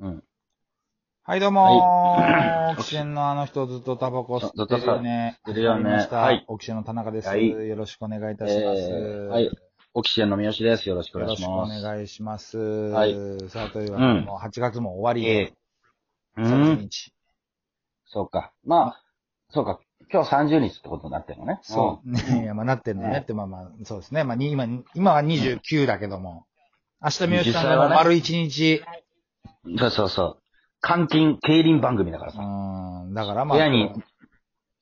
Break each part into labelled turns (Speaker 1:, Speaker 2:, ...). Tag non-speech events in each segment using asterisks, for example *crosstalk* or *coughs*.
Speaker 1: うん。
Speaker 2: はい、どうも *coughs* ー。オキシエンのあの人ずっとタバコ吸ってるよね。
Speaker 1: ずっと吸ってるよね
Speaker 2: 始まりました
Speaker 1: はい
Speaker 2: オキシエンの田中です。
Speaker 1: はい
Speaker 2: よろしくお願いいたします。
Speaker 1: えー、はい。オキシエンの三好です。よろしくお
Speaker 2: よ
Speaker 1: 願
Speaker 2: ろ
Speaker 1: い
Speaker 2: し
Speaker 1: し
Speaker 2: く
Speaker 1: ま
Speaker 2: お
Speaker 1: す。
Speaker 2: 願いします。
Speaker 1: はい
Speaker 2: さあ、というわけで、
Speaker 1: うん
Speaker 2: もう8月も終わりで
Speaker 1: え、えう
Speaker 2: 30
Speaker 1: ん。
Speaker 2: 日。
Speaker 1: そうか。まあ、そうか。今日30日ってことになってるのね。
Speaker 2: そう。ねい *laughs* や、まあなってんのねって、まあまあ、そうですね。まあ、に今、今は29だけども。明日、三好さん
Speaker 1: 実際
Speaker 2: が
Speaker 1: はね
Speaker 2: 丸1日、
Speaker 1: うん。そうそうそう。監禁、競輪番組だから
Speaker 2: う
Speaker 1: さ。
Speaker 2: ーん、だからまあ、
Speaker 1: 部屋に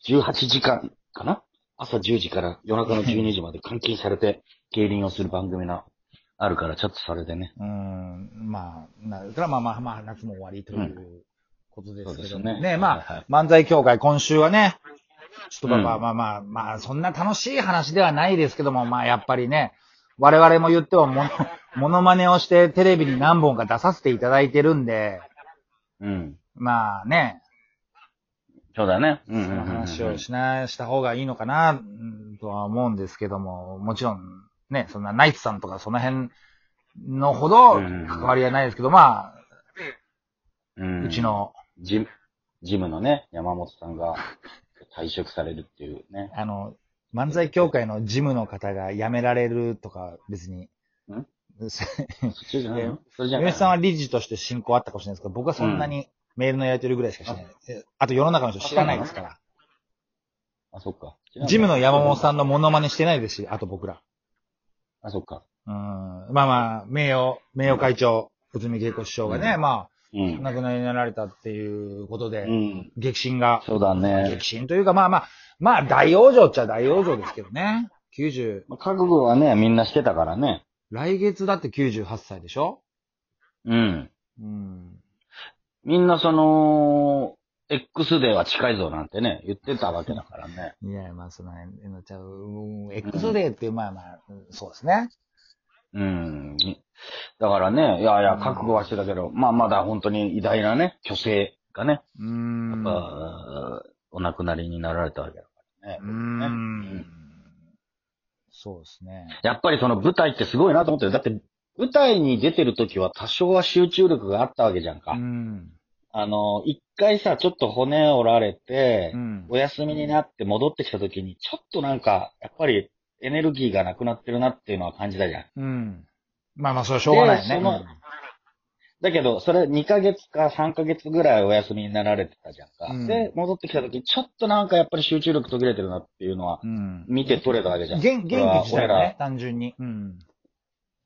Speaker 1: 18時間かな朝10時から夜中の12時まで監禁されて、競輪をする番組があるから、ちょっとそれでね。
Speaker 2: うーん、まあ、なだからまあまあまあ、夏も終わりということですけども
Speaker 1: そうです
Speaker 2: ね。
Speaker 1: ね
Speaker 2: ま
Speaker 1: はいは
Speaker 2: あ、漫才協会今週はね、ちょっと
Speaker 1: うん
Speaker 2: まあまあまあ、まあ、そんな楽しい話ではないですけども、まあやっぱりね、我々も言ってはもの、 *laughs* モノマネをしてテレビに何本か出させていただいてるんで、
Speaker 1: うん。
Speaker 2: まあね、
Speaker 1: そうだね。うん
Speaker 2: その話をしな、した方がいいのかな、うんとは思うんですけども、もちろん、ね、そんなナイツさんとかその辺のほど関わりはないですけど、まあ、
Speaker 1: うん
Speaker 2: うち。の、
Speaker 1: ジム、ジムのね、山本さんが退職されるっていう
Speaker 2: *laughs*
Speaker 1: ね。
Speaker 2: あの、漫才協会の事務の方が辞められるとか、別に。 *laughs*
Speaker 1: ん
Speaker 2: そ
Speaker 1: そっちじゃないのそれじゃ
Speaker 2: ヨ
Speaker 1: ない
Speaker 2: ネさんは理事として進行あったかもしれないですけど、僕はそんなにメールのやり取りぐらいしかしない。えあと世の中の人知らないですか
Speaker 1: あ、そっか。
Speaker 2: ら。ジムの山本さん
Speaker 1: ん。
Speaker 2: のモノマネしてないですし、あと僕ら。
Speaker 1: あ、そっか。
Speaker 2: うん。まあまあ、名誉、名誉会長、宇都宮恵子師匠がね、
Speaker 1: うん
Speaker 2: まあ、
Speaker 1: うん。
Speaker 2: 亡くなりになられたっていうことで、
Speaker 1: うん。
Speaker 2: 激震が、
Speaker 1: そうだね
Speaker 2: 激。震というか、まあまあ、まあ大往生っちゃ大往生ですけどね。90、
Speaker 1: まあ覚悟はね、みんなしてたからね。
Speaker 2: 来月だって98歳でしょ
Speaker 1: うん。
Speaker 2: うん。
Speaker 1: みんなその、X デーは近いぞなんてね、言ってたわけだからね。
Speaker 2: いや、まあ、その辺、えのちゃう、うん、X デーって、まあまあ、うんそうですね。
Speaker 1: うん。だからね、いやいや、覚悟はしてたけど、まあまだ本当に偉大なね、巨星がね、
Speaker 2: うー
Speaker 1: やっ
Speaker 2: ん。
Speaker 1: ぱ、お亡くなりになられたわけだからね
Speaker 2: うー。ん。そうですね。
Speaker 1: やっぱりその舞台ってすごいなと思ってる。だって、舞台に出てる時は多少は集中力があったわけじゃんか。
Speaker 2: うん。
Speaker 1: あの、一回さ、ちょっと骨折られて、
Speaker 2: うん
Speaker 1: お。休みになって戻ってきた時に、ちょっとなんか、やっぱりエネルギーがなくなってるなっていうのは感じたじゃん。
Speaker 2: うん。まあまあ、それはしょうがないよね。
Speaker 1: でそのだけど、それ2ヶ月か3ヶ月ぐらいお休みになられてたじゃんか。
Speaker 2: うん
Speaker 1: で、戻ってきた時、ちょっとなんかやっぱり集中力途切れてるなっていうのは、
Speaker 2: うん。
Speaker 1: 見て取れたわけじゃん。
Speaker 2: 元元気自体
Speaker 1: 俺ら
Speaker 2: ね、単純に。うん。
Speaker 1: い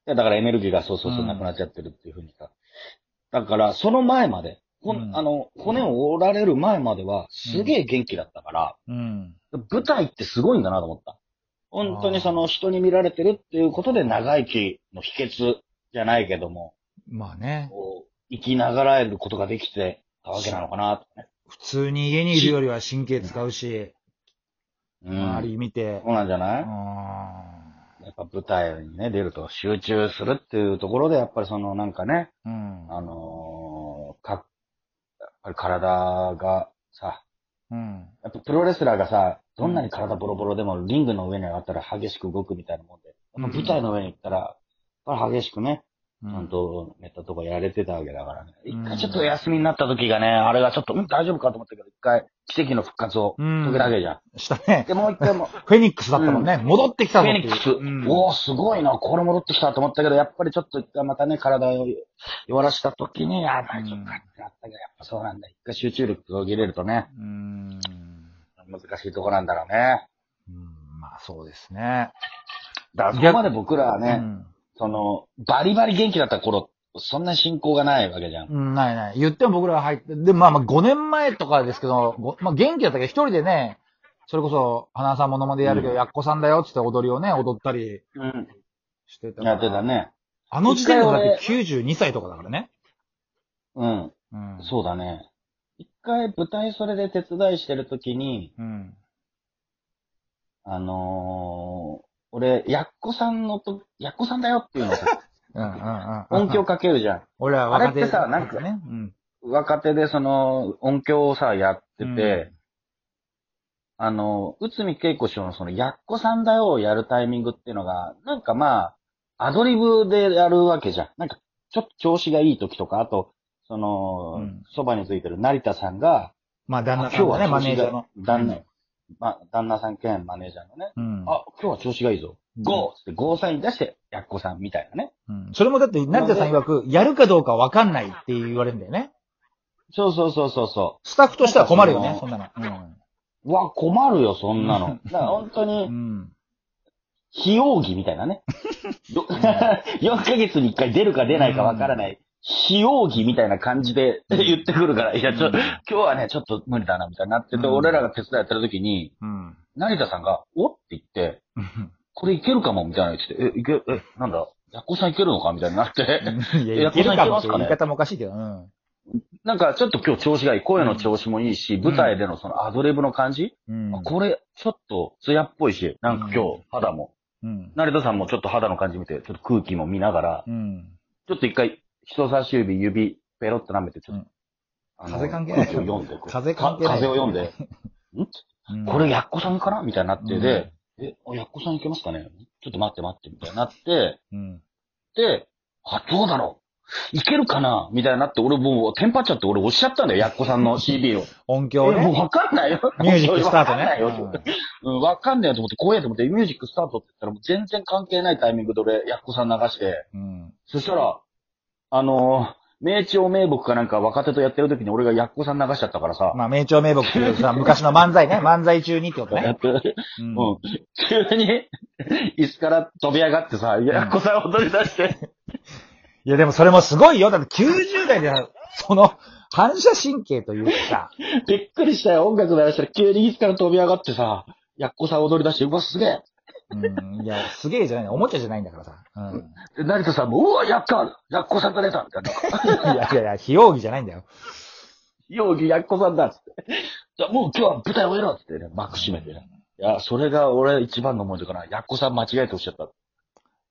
Speaker 1: やだからエネルギーがそうそうそううんなくなっちゃってるっていうふうにさ。だから、その前まで、こ
Speaker 2: うん
Speaker 1: んあの、骨を折られる前までは、すげえ元気だったから、
Speaker 2: うん。
Speaker 1: 舞台ってすごいんだなと思った。本当
Speaker 2: あ
Speaker 1: に
Speaker 2: ー
Speaker 1: その人に見られてるっていうことで長生きの秘訣じゃないけども、
Speaker 2: まあね。
Speaker 1: こう生きながらえることができてたわけなのかなとね。
Speaker 2: 普通に家にいるよりは神経使うし、
Speaker 1: うん。
Speaker 2: 周り見て
Speaker 1: そ。うなんじゃな
Speaker 2: うー
Speaker 1: い
Speaker 2: ん。
Speaker 1: やっぱ舞台にね、出ると集中するっていうところで、やっぱりそのなんかね、
Speaker 2: うん。
Speaker 1: あのーか、やっぱり体がさ、
Speaker 2: うん。
Speaker 1: やっぱプロレスラーがさ、どんなに体ボロボロでもリングの上に上がったら激しく動くみたいなもんで、
Speaker 2: うん
Speaker 1: 舞台の上に行ったら、やっぱり激しくね、
Speaker 2: う
Speaker 1: ち
Speaker 2: ん
Speaker 1: ゃんとネタとかやれてたわけだからね。
Speaker 2: うん
Speaker 1: 一回ちょっとお休みになった時がね、あれがちょっと、うん、大丈夫かと思ったけど、一回奇跡の復活を
Speaker 2: うん
Speaker 1: 遂げたわけじゃん。
Speaker 2: したね。
Speaker 1: で、もう一回も、
Speaker 2: フェニックスだったもんね。戻ってきた
Speaker 1: フ
Speaker 2: ぞっ
Speaker 1: ェ
Speaker 2: てい
Speaker 1: ニッ
Speaker 2: う。
Speaker 1: クス。
Speaker 2: うん
Speaker 1: おお、すごいな。これ戻ってきたと思ったけど、やっぱりちょっと一回またね、体を弱らした時に、あー、大丈夫かってなったけど、やっぱそうなんだ。一回集中力途切れるとね、
Speaker 2: うーん。
Speaker 1: 難しいとこなんだろうね。
Speaker 2: うんまあそうですね。
Speaker 1: だからそこまで僕らは
Speaker 2: う
Speaker 1: ね、
Speaker 2: ん
Speaker 1: その、バリバリ元気だった頃、そんな進行がないわけじゃん。
Speaker 2: うん。ないない。言っても僕らが入って、で、まあまあ5年前とかですけど、ごまあ元気だったけど、一人でね、それこそ、花さんものまでやるけど、
Speaker 1: うん
Speaker 2: やっこさんだよっつって踊りをね、踊ったり
Speaker 1: うん。
Speaker 2: してたから。
Speaker 1: やってたね。
Speaker 2: あの時点でだって
Speaker 1: 一
Speaker 2: 92歳とかだからね。
Speaker 1: うん。
Speaker 2: うん。
Speaker 1: そうだね。一回舞台それで手伝いしてる時に、
Speaker 2: う。うん。
Speaker 1: あのー、俺、やっこさんのと、やっこさんだよっていうのを
Speaker 2: *laughs*
Speaker 1: さ
Speaker 2: うんうんうん。
Speaker 1: 音響かけるじゃん。
Speaker 2: 俺は若手
Speaker 1: あれってさなんか
Speaker 2: ね。うん。
Speaker 1: 若手でその音響をさ、やってて、
Speaker 2: うん
Speaker 1: あの、内海恵子師匠のその、やっこさんだよをやるタイミングっていうのが、なんかまあ、アドリブでやるわけじゃん。なんか、ちょっと調子がいい時とか、あと、そその
Speaker 2: うん、
Speaker 1: そ、ば、についてる成田さんが、
Speaker 2: まあ、旦那
Speaker 1: あ
Speaker 2: さんが
Speaker 1: 今日
Speaker 2: ね、
Speaker 1: は
Speaker 2: マ
Speaker 1: 調
Speaker 2: ネー
Speaker 1: 子
Speaker 2: ジャ
Speaker 1: が
Speaker 2: ーの。
Speaker 1: 旦那、ま、旦那さん兼マネージャーのね、
Speaker 2: うん。
Speaker 1: あ、今日は調子がいいぞ。ゴーっつってゴーサイン出して、やっこさんみたいなね。
Speaker 2: うん。それもだって、成田さん曰く、やるかどうかわかんないって言われるんだよね。
Speaker 1: そうそうそうそうそ
Speaker 2: スタッフとしては困るよ
Speaker 1: な
Speaker 2: ね、
Speaker 1: ん
Speaker 2: そ
Speaker 1: かそ
Speaker 2: んなの。
Speaker 1: う。うわ、困るよ、そん
Speaker 2: *laughs*
Speaker 1: なの。だから本当
Speaker 2: う
Speaker 1: に、
Speaker 2: ん。
Speaker 1: 非奥義みたい
Speaker 2: *laughs*
Speaker 1: なね。ど *laughs* 4ヶ月に1回出るか出ないかわからない。非奥義みたいな感じで言ってくるから、いや、ちょ、
Speaker 2: うん
Speaker 1: 今日はね、ちょっと無理だな、みたいになってて、
Speaker 2: うん
Speaker 1: 俺らが手伝ってる時に、
Speaker 2: うん。
Speaker 1: 成田さんが、おって言って、これいけるかもみたいな言ってて、え、いけ、え、なんだ、やっこさんいけるのかみたいになって、
Speaker 2: うん。いや、いけるかもって
Speaker 1: いやこんなにいけますかね
Speaker 2: 言い方もおかしいけど、うん。
Speaker 1: なんかちょっと今日調子がいい、声の調子もいいし、
Speaker 2: ん
Speaker 1: 舞台でのそのアドリブの感じ、
Speaker 2: うん
Speaker 1: あこれ、ちょっと艶っぽいし、なんか今日肌も、
Speaker 2: うん。
Speaker 1: 成田さんもちょっと肌の感じ見て、ちょっと空気も見ながら、
Speaker 2: うん。
Speaker 1: ちょっと一回、人差し指、指、ペロッと舐めて、ちょっと、
Speaker 2: うん
Speaker 1: あの
Speaker 2: 風関係ない
Speaker 1: 空気を読んで、こう
Speaker 2: 風関係
Speaker 1: か
Speaker 2: ない
Speaker 1: 風を読んで、ん
Speaker 2: うん
Speaker 1: これ、やっこさんかなみたいになって、で、え、あやっこさんいけますかねちょっと待って待って、みたいになって、
Speaker 2: うん。
Speaker 1: で、あ、どうだろういけるかなみたいになって、俺もう、テンパっちゃって、俺押しちゃったんだよ、やっこさんの CD を。
Speaker 2: 音
Speaker 1: え
Speaker 2: 響
Speaker 1: もう
Speaker 2: ね。
Speaker 1: わかんないよ。
Speaker 2: ミュージ
Speaker 1: *laughs*
Speaker 2: ックスタート
Speaker 1: わかんないよ
Speaker 2: ね。
Speaker 1: うん、わかんないよと思って、怖いと思って、ミュージックスタートって言ったら、もう全然関係ないタイミングで俺、やっこさん流して、
Speaker 2: うん。
Speaker 1: そしたら、あのー、名調名木かなんか若手とやってる時に俺がやっこさん流しちゃったからさ、
Speaker 2: まあ、名調名簿っていうさ、昔の漫
Speaker 1: *laughs*
Speaker 2: 才ね、漫才中にってこと
Speaker 1: や
Speaker 2: ね
Speaker 1: っ。と
Speaker 2: う
Speaker 1: うんん。急に、椅子から飛び上がってさ、やっこさん踊り出して、
Speaker 2: いや、でもそれもすごいよ。だって90代で、その、反射神経というかさ、
Speaker 1: びっくりしたよ、音楽鳴らしたら急に椅子から飛び上がってさ、やっこさん踊り出して、うわ、すげえ
Speaker 2: うん、いや、すげえじゃないの。おもちゃじゃないんだからさ。うん。
Speaker 1: で成田さんも、うわ、やったやっこさんが出たみたいな。
Speaker 2: いやいやいや、非容疑じゃないんだよ。
Speaker 1: 容疑やっこさんだっつって。じゃあもう今日は舞台終えろっつってね、幕閉めてね。いや、それが俺一番の思い出かな。やっこさん間違えておっしゃった。
Speaker 2: あ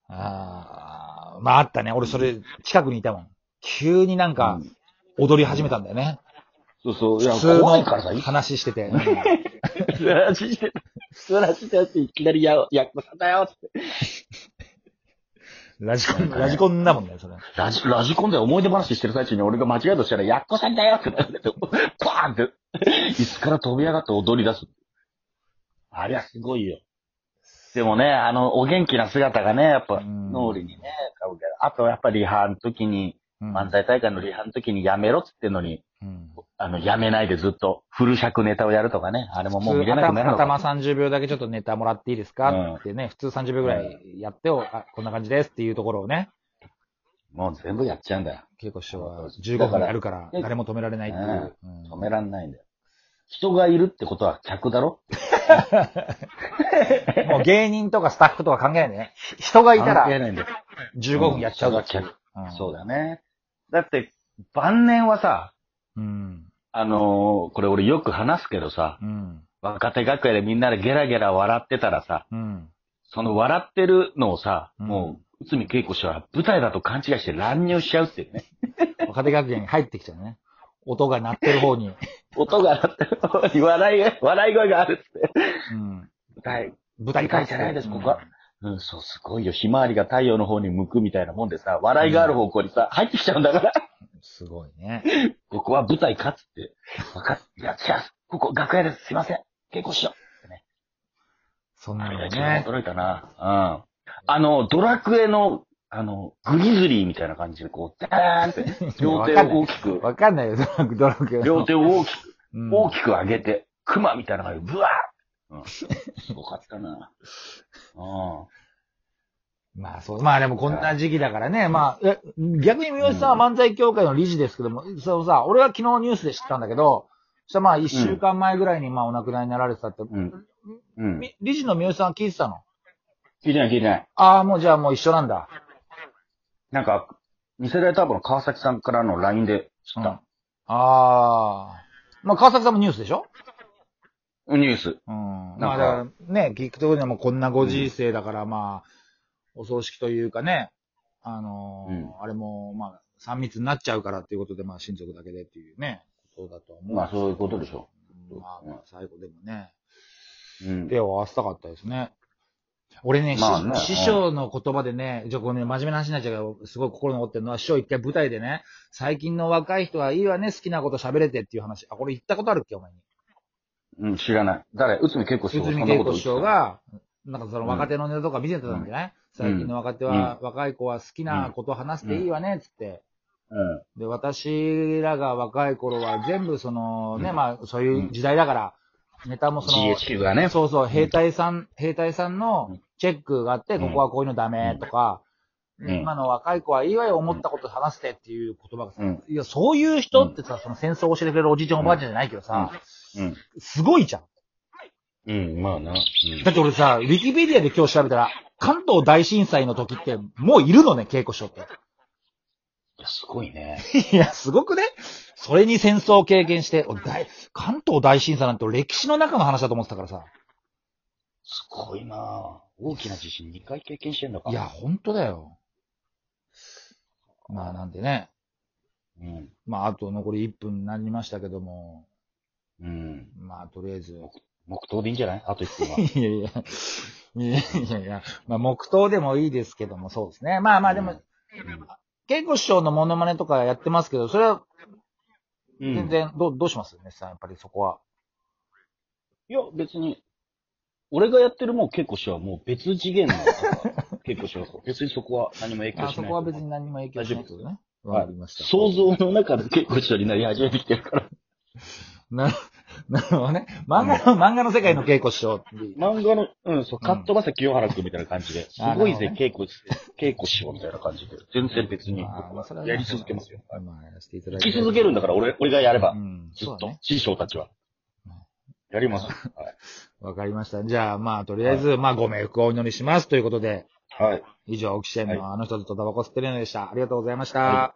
Speaker 2: あ、まああったね。俺それ、近くにいたもん。急になんか
Speaker 1: う、ん
Speaker 2: 踊り始めたんだよね。
Speaker 1: そうそう、いや、
Speaker 2: 普通
Speaker 1: 怖
Speaker 2: の
Speaker 1: いからさ、い
Speaker 2: 話して
Speaker 1: *laughs*
Speaker 2: て。
Speaker 1: 普通らしいして、普通らしいしてやついきなりや、やっこさんだよっつって。
Speaker 2: ラジコン、ラジコンだもんね、それ。
Speaker 1: ラジ、ラジコンで思い出話してる最中に俺が間違えたとしたら、やっこさんだよってなって、パーンって、椅子から飛び上がって踊り出す。ありゃすごいよ。でもね、あの、お元気な姿がね、やっぱ、
Speaker 2: うん
Speaker 1: 脳裏にね、浮かぶけどあとやっぱリハの時
Speaker 2: う
Speaker 1: に、
Speaker 2: ん
Speaker 1: 漫才大会のリハの時にやめろっつってんのに、
Speaker 2: うん。
Speaker 1: あの、やめないでずっと、フル尺ネタをやるとかね、あれももう見れなくなる
Speaker 2: 頭
Speaker 1: のか
Speaker 2: 頭30秒だけちょっとネタもらっていいですかってね、普通30秒ぐらいやってよ、あ、こんな感じですっていうところをね、
Speaker 1: もう全部やっちゃうんだよ。
Speaker 2: 稽古師匠は15分やるから、
Speaker 1: だから
Speaker 2: 誰も止められないっていう。
Speaker 1: 止めらんないんだよ。人がいるってことは客だろ
Speaker 2: うんもう芸人とかスタッフとか関係ないんだよね。人がいた
Speaker 1: 関係
Speaker 2: ら
Speaker 1: ないんだよ。
Speaker 2: 15分やっちゃう
Speaker 1: うん人が客。そう
Speaker 2: だ。
Speaker 1: だね。だって、晩年はさ、
Speaker 2: うん。
Speaker 1: あのーこれ俺よく話すけどさ、
Speaker 2: うん。
Speaker 1: 若手楽屋でみんなでゲラゲラ笑ってたらさ、
Speaker 2: うん。
Speaker 1: その笑ってるのをさ、
Speaker 2: うん
Speaker 1: もう、内海恵子氏は舞台だと勘違いして乱入しちゃうっていうね。
Speaker 2: 若手学園に入ってきちゃうね。音が鳴ってる方
Speaker 1: *laughs*
Speaker 2: に。
Speaker 1: 音が鳴ってる方に笑いが、笑い声があるっつって。
Speaker 2: うん。
Speaker 1: 舞台、
Speaker 2: 舞
Speaker 1: 舞台じゃないです、ここは。うん、そう、すごいよ。ひまわりが太陽の方に向くみたいなもんでさ、笑いがある方向にさ、入ってきちゃうんだから。
Speaker 2: うんすごいね。
Speaker 1: ここは舞台かっつって。わかっ、いや、違う、ここ楽屋です。すいません。稽古しよ
Speaker 2: そん
Speaker 1: う。
Speaker 2: な
Speaker 1: あれが
Speaker 2: の
Speaker 1: 一番
Speaker 2: ね。
Speaker 1: 驚いたな。うん。あの、ドラクエの、あの、グリズリーみたいな感じで、こう、ダーン
Speaker 2: *laughs*
Speaker 1: って、両手を大きく、
Speaker 2: わかんないよ、ド *laughs* ラクドラクエの。
Speaker 1: 両手を大きく、
Speaker 2: うん
Speaker 1: 大きく上げて、熊みたいな感じで、ブワーうん。すごかったな。うん。
Speaker 2: まあそう。まあでもこんな時期だからね。まあ、え逆に三好さんは漫才協会の理事ですけども、そうさ、俺は昨日ニュースで知ったんだけど、そしたらまあ一週間前ぐらいにまあお亡くなりになられてたって、
Speaker 1: うん。うん。聞
Speaker 2: み理事の三好さんは聞いてたの
Speaker 1: いてない聞いてない。
Speaker 2: ああ、もうじゃあもう一緒なんだ。
Speaker 1: なんか、見せられたの川崎さんからの LINE で知
Speaker 2: う
Speaker 1: っ
Speaker 2: ん、あ
Speaker 1: た。
Speaker 2: あ。まあ川崎さんもニュースでしょ
Speaker 1: ニュース。
Speaker 2: うん。ま
Speaker 1: な
Speaker 2: あだ
Speaker 1: んか
Speaker 2: からね、聞くところにはもうこんなご時世だからまあ、お葬式というかね、あのー
Speaker 1: うん
Speaker 2: あれもまあ、3密になっちゃうからっていうことでまあ親族だけでっていうね、ことだとは思う。
Speaker 1: まあ、そういうことでしょ
Speaker 2: まあまあ、最後でもね。
Speaker 1: う。うん。
Speaker 2: 手を合わせたかったですね。俺ね、
Speaker 1: まあね
Speaker 2: 師師匠の言葉でね、じゃあこれね、真面目な話になっちゃうけど、すごい心残ってるのは、師匠一回舞台でね、最近の若い人はいいわね、好きなこと喋れてっていう話。あ、これ言ったことあるっけ、お前に。
Speaker 1: うん、知らない。誰内海恵子師匠。
Speaker 2: 内海
Speaker 1: そんな
Speaker 2: 恵
Speaker 1: こと
Speaker 2: 子
Speaker 1: 言
Speaker 2: 師
Speaker 1: ってた
Speaker 2: 匠。が、なんかその若手のネタとか見せてたんじゃない、最近の若手は、若い子は好きなこと話していいわね、つって。
Speaker 1: うん。
Speaker 2: で、私らが若い頃は全部その、ね、
Speaker 1: うん
Speaker 2: まあ、そういう時代だから、ネタもその、
Speaker 1: GHQ がね。
Speaker 2: そうそう、兵隊さん、兵隊さんのチェックがあって、
Speaker 1: うん
Speaker 2: ここはこういうのダメとか、
Speaker 1: うん
Speaker 2: で今の若い子はいいわよ、思ったこと話してっていう言葉がさ、
Speaker 1: うん
Speaker 2: いや、そういう人ってさ、その戦争を教えてくれるおじいちゃんおばあちゃんじゃないけどさ、
Speaker 1: うん。
Speaker 2: すごいじゃん。
Speaker 1: うん、まあな。うん
Speaker 2: だって俺さ、ウィキペディアで今日調べたら、関東大震災の時って、もういるのね、稽古師匠っ
Speaker 1: すごいね。
Speaker 2: て。いや、すごくねそれに戦争を経験して、俺大関東大震災なんて俺歴史の中の話だと思ってたからさ。
Speaker 1: すごいな大きな地震2回経験してんのか。
Speaker 2: いや、、ほんとだよ。まあ、なんでね。
Speaker 1: うん。
Speaker 2: まあ、あと残り1分になりましたけども、
Speaker 1: うん。
Speaker 2: まあ、とりあえず。
Speaker 1: 黙祷でいいんじゃないあと1分は。
Speaker 2: いやいや、いやいやいや、まあ、黙祷でもいいですけども、そうですね。まあまあ、でも、稽古師匠のモノマネとかやってますけど、それは
Speaker 1: うん、うん
Speaker 2: *laughs* 全然、どう、どうしますね、さん、やっぱりそこは。
Speaker 1: いや、別に、俺がやってるもう結構しはもう別次元の結構しは別にそこは何も影響しな
Speaker 2: あ
Speaker 1: い。
Speaker 2: そこは別に何も影響しないってことね。
Speaker 1: 夫
Speaker 2: わかりました。
Speaker 1: 想像の中で結構しはになり始めてきてるから。
Speaker 2: な、なるほどね。漫画の、漫画の世界の稽古師匠っていう
Speaker 1: 漫画の、うん、そう、カットバセ清原くんみたいな
Speaker 2: *laughs*
Speaker 1: 感じで、すごいぜ、稽古し、稽古しようみたいな感じで、全然別に、
Speaker 2: まあまあそれはね
Speaker 1: やり続けますよ。
Speaker 2: まあ、やらせていただ
Speaker 1: 生
Speaker 2: いて。
Speaker 1: き続けるんだから、俺、俺がやれば
Speaker 2: う、ん、
Speaker 1: ず
Speaker 2: そう
Speaker 1: っ
Speaker 2: だ
Speaker 1: と
Speaker 2: ね。、
Speaker 1: 師匠たちは。やり
Speaker 2: *laughs*
Speaker 1: ます。
Speaker 2: わかりました。じゃあ、まあ、とりあえず、まあ、ご冥福をお祈りしますということで、
Speaker 1: はい。
Speaker 2: 以上、オキシエン
Speaker 1: は
Speaker 2: のあの人ずっとタバコ吸ってるのでした。ありがとうございました。
Speaker 1: は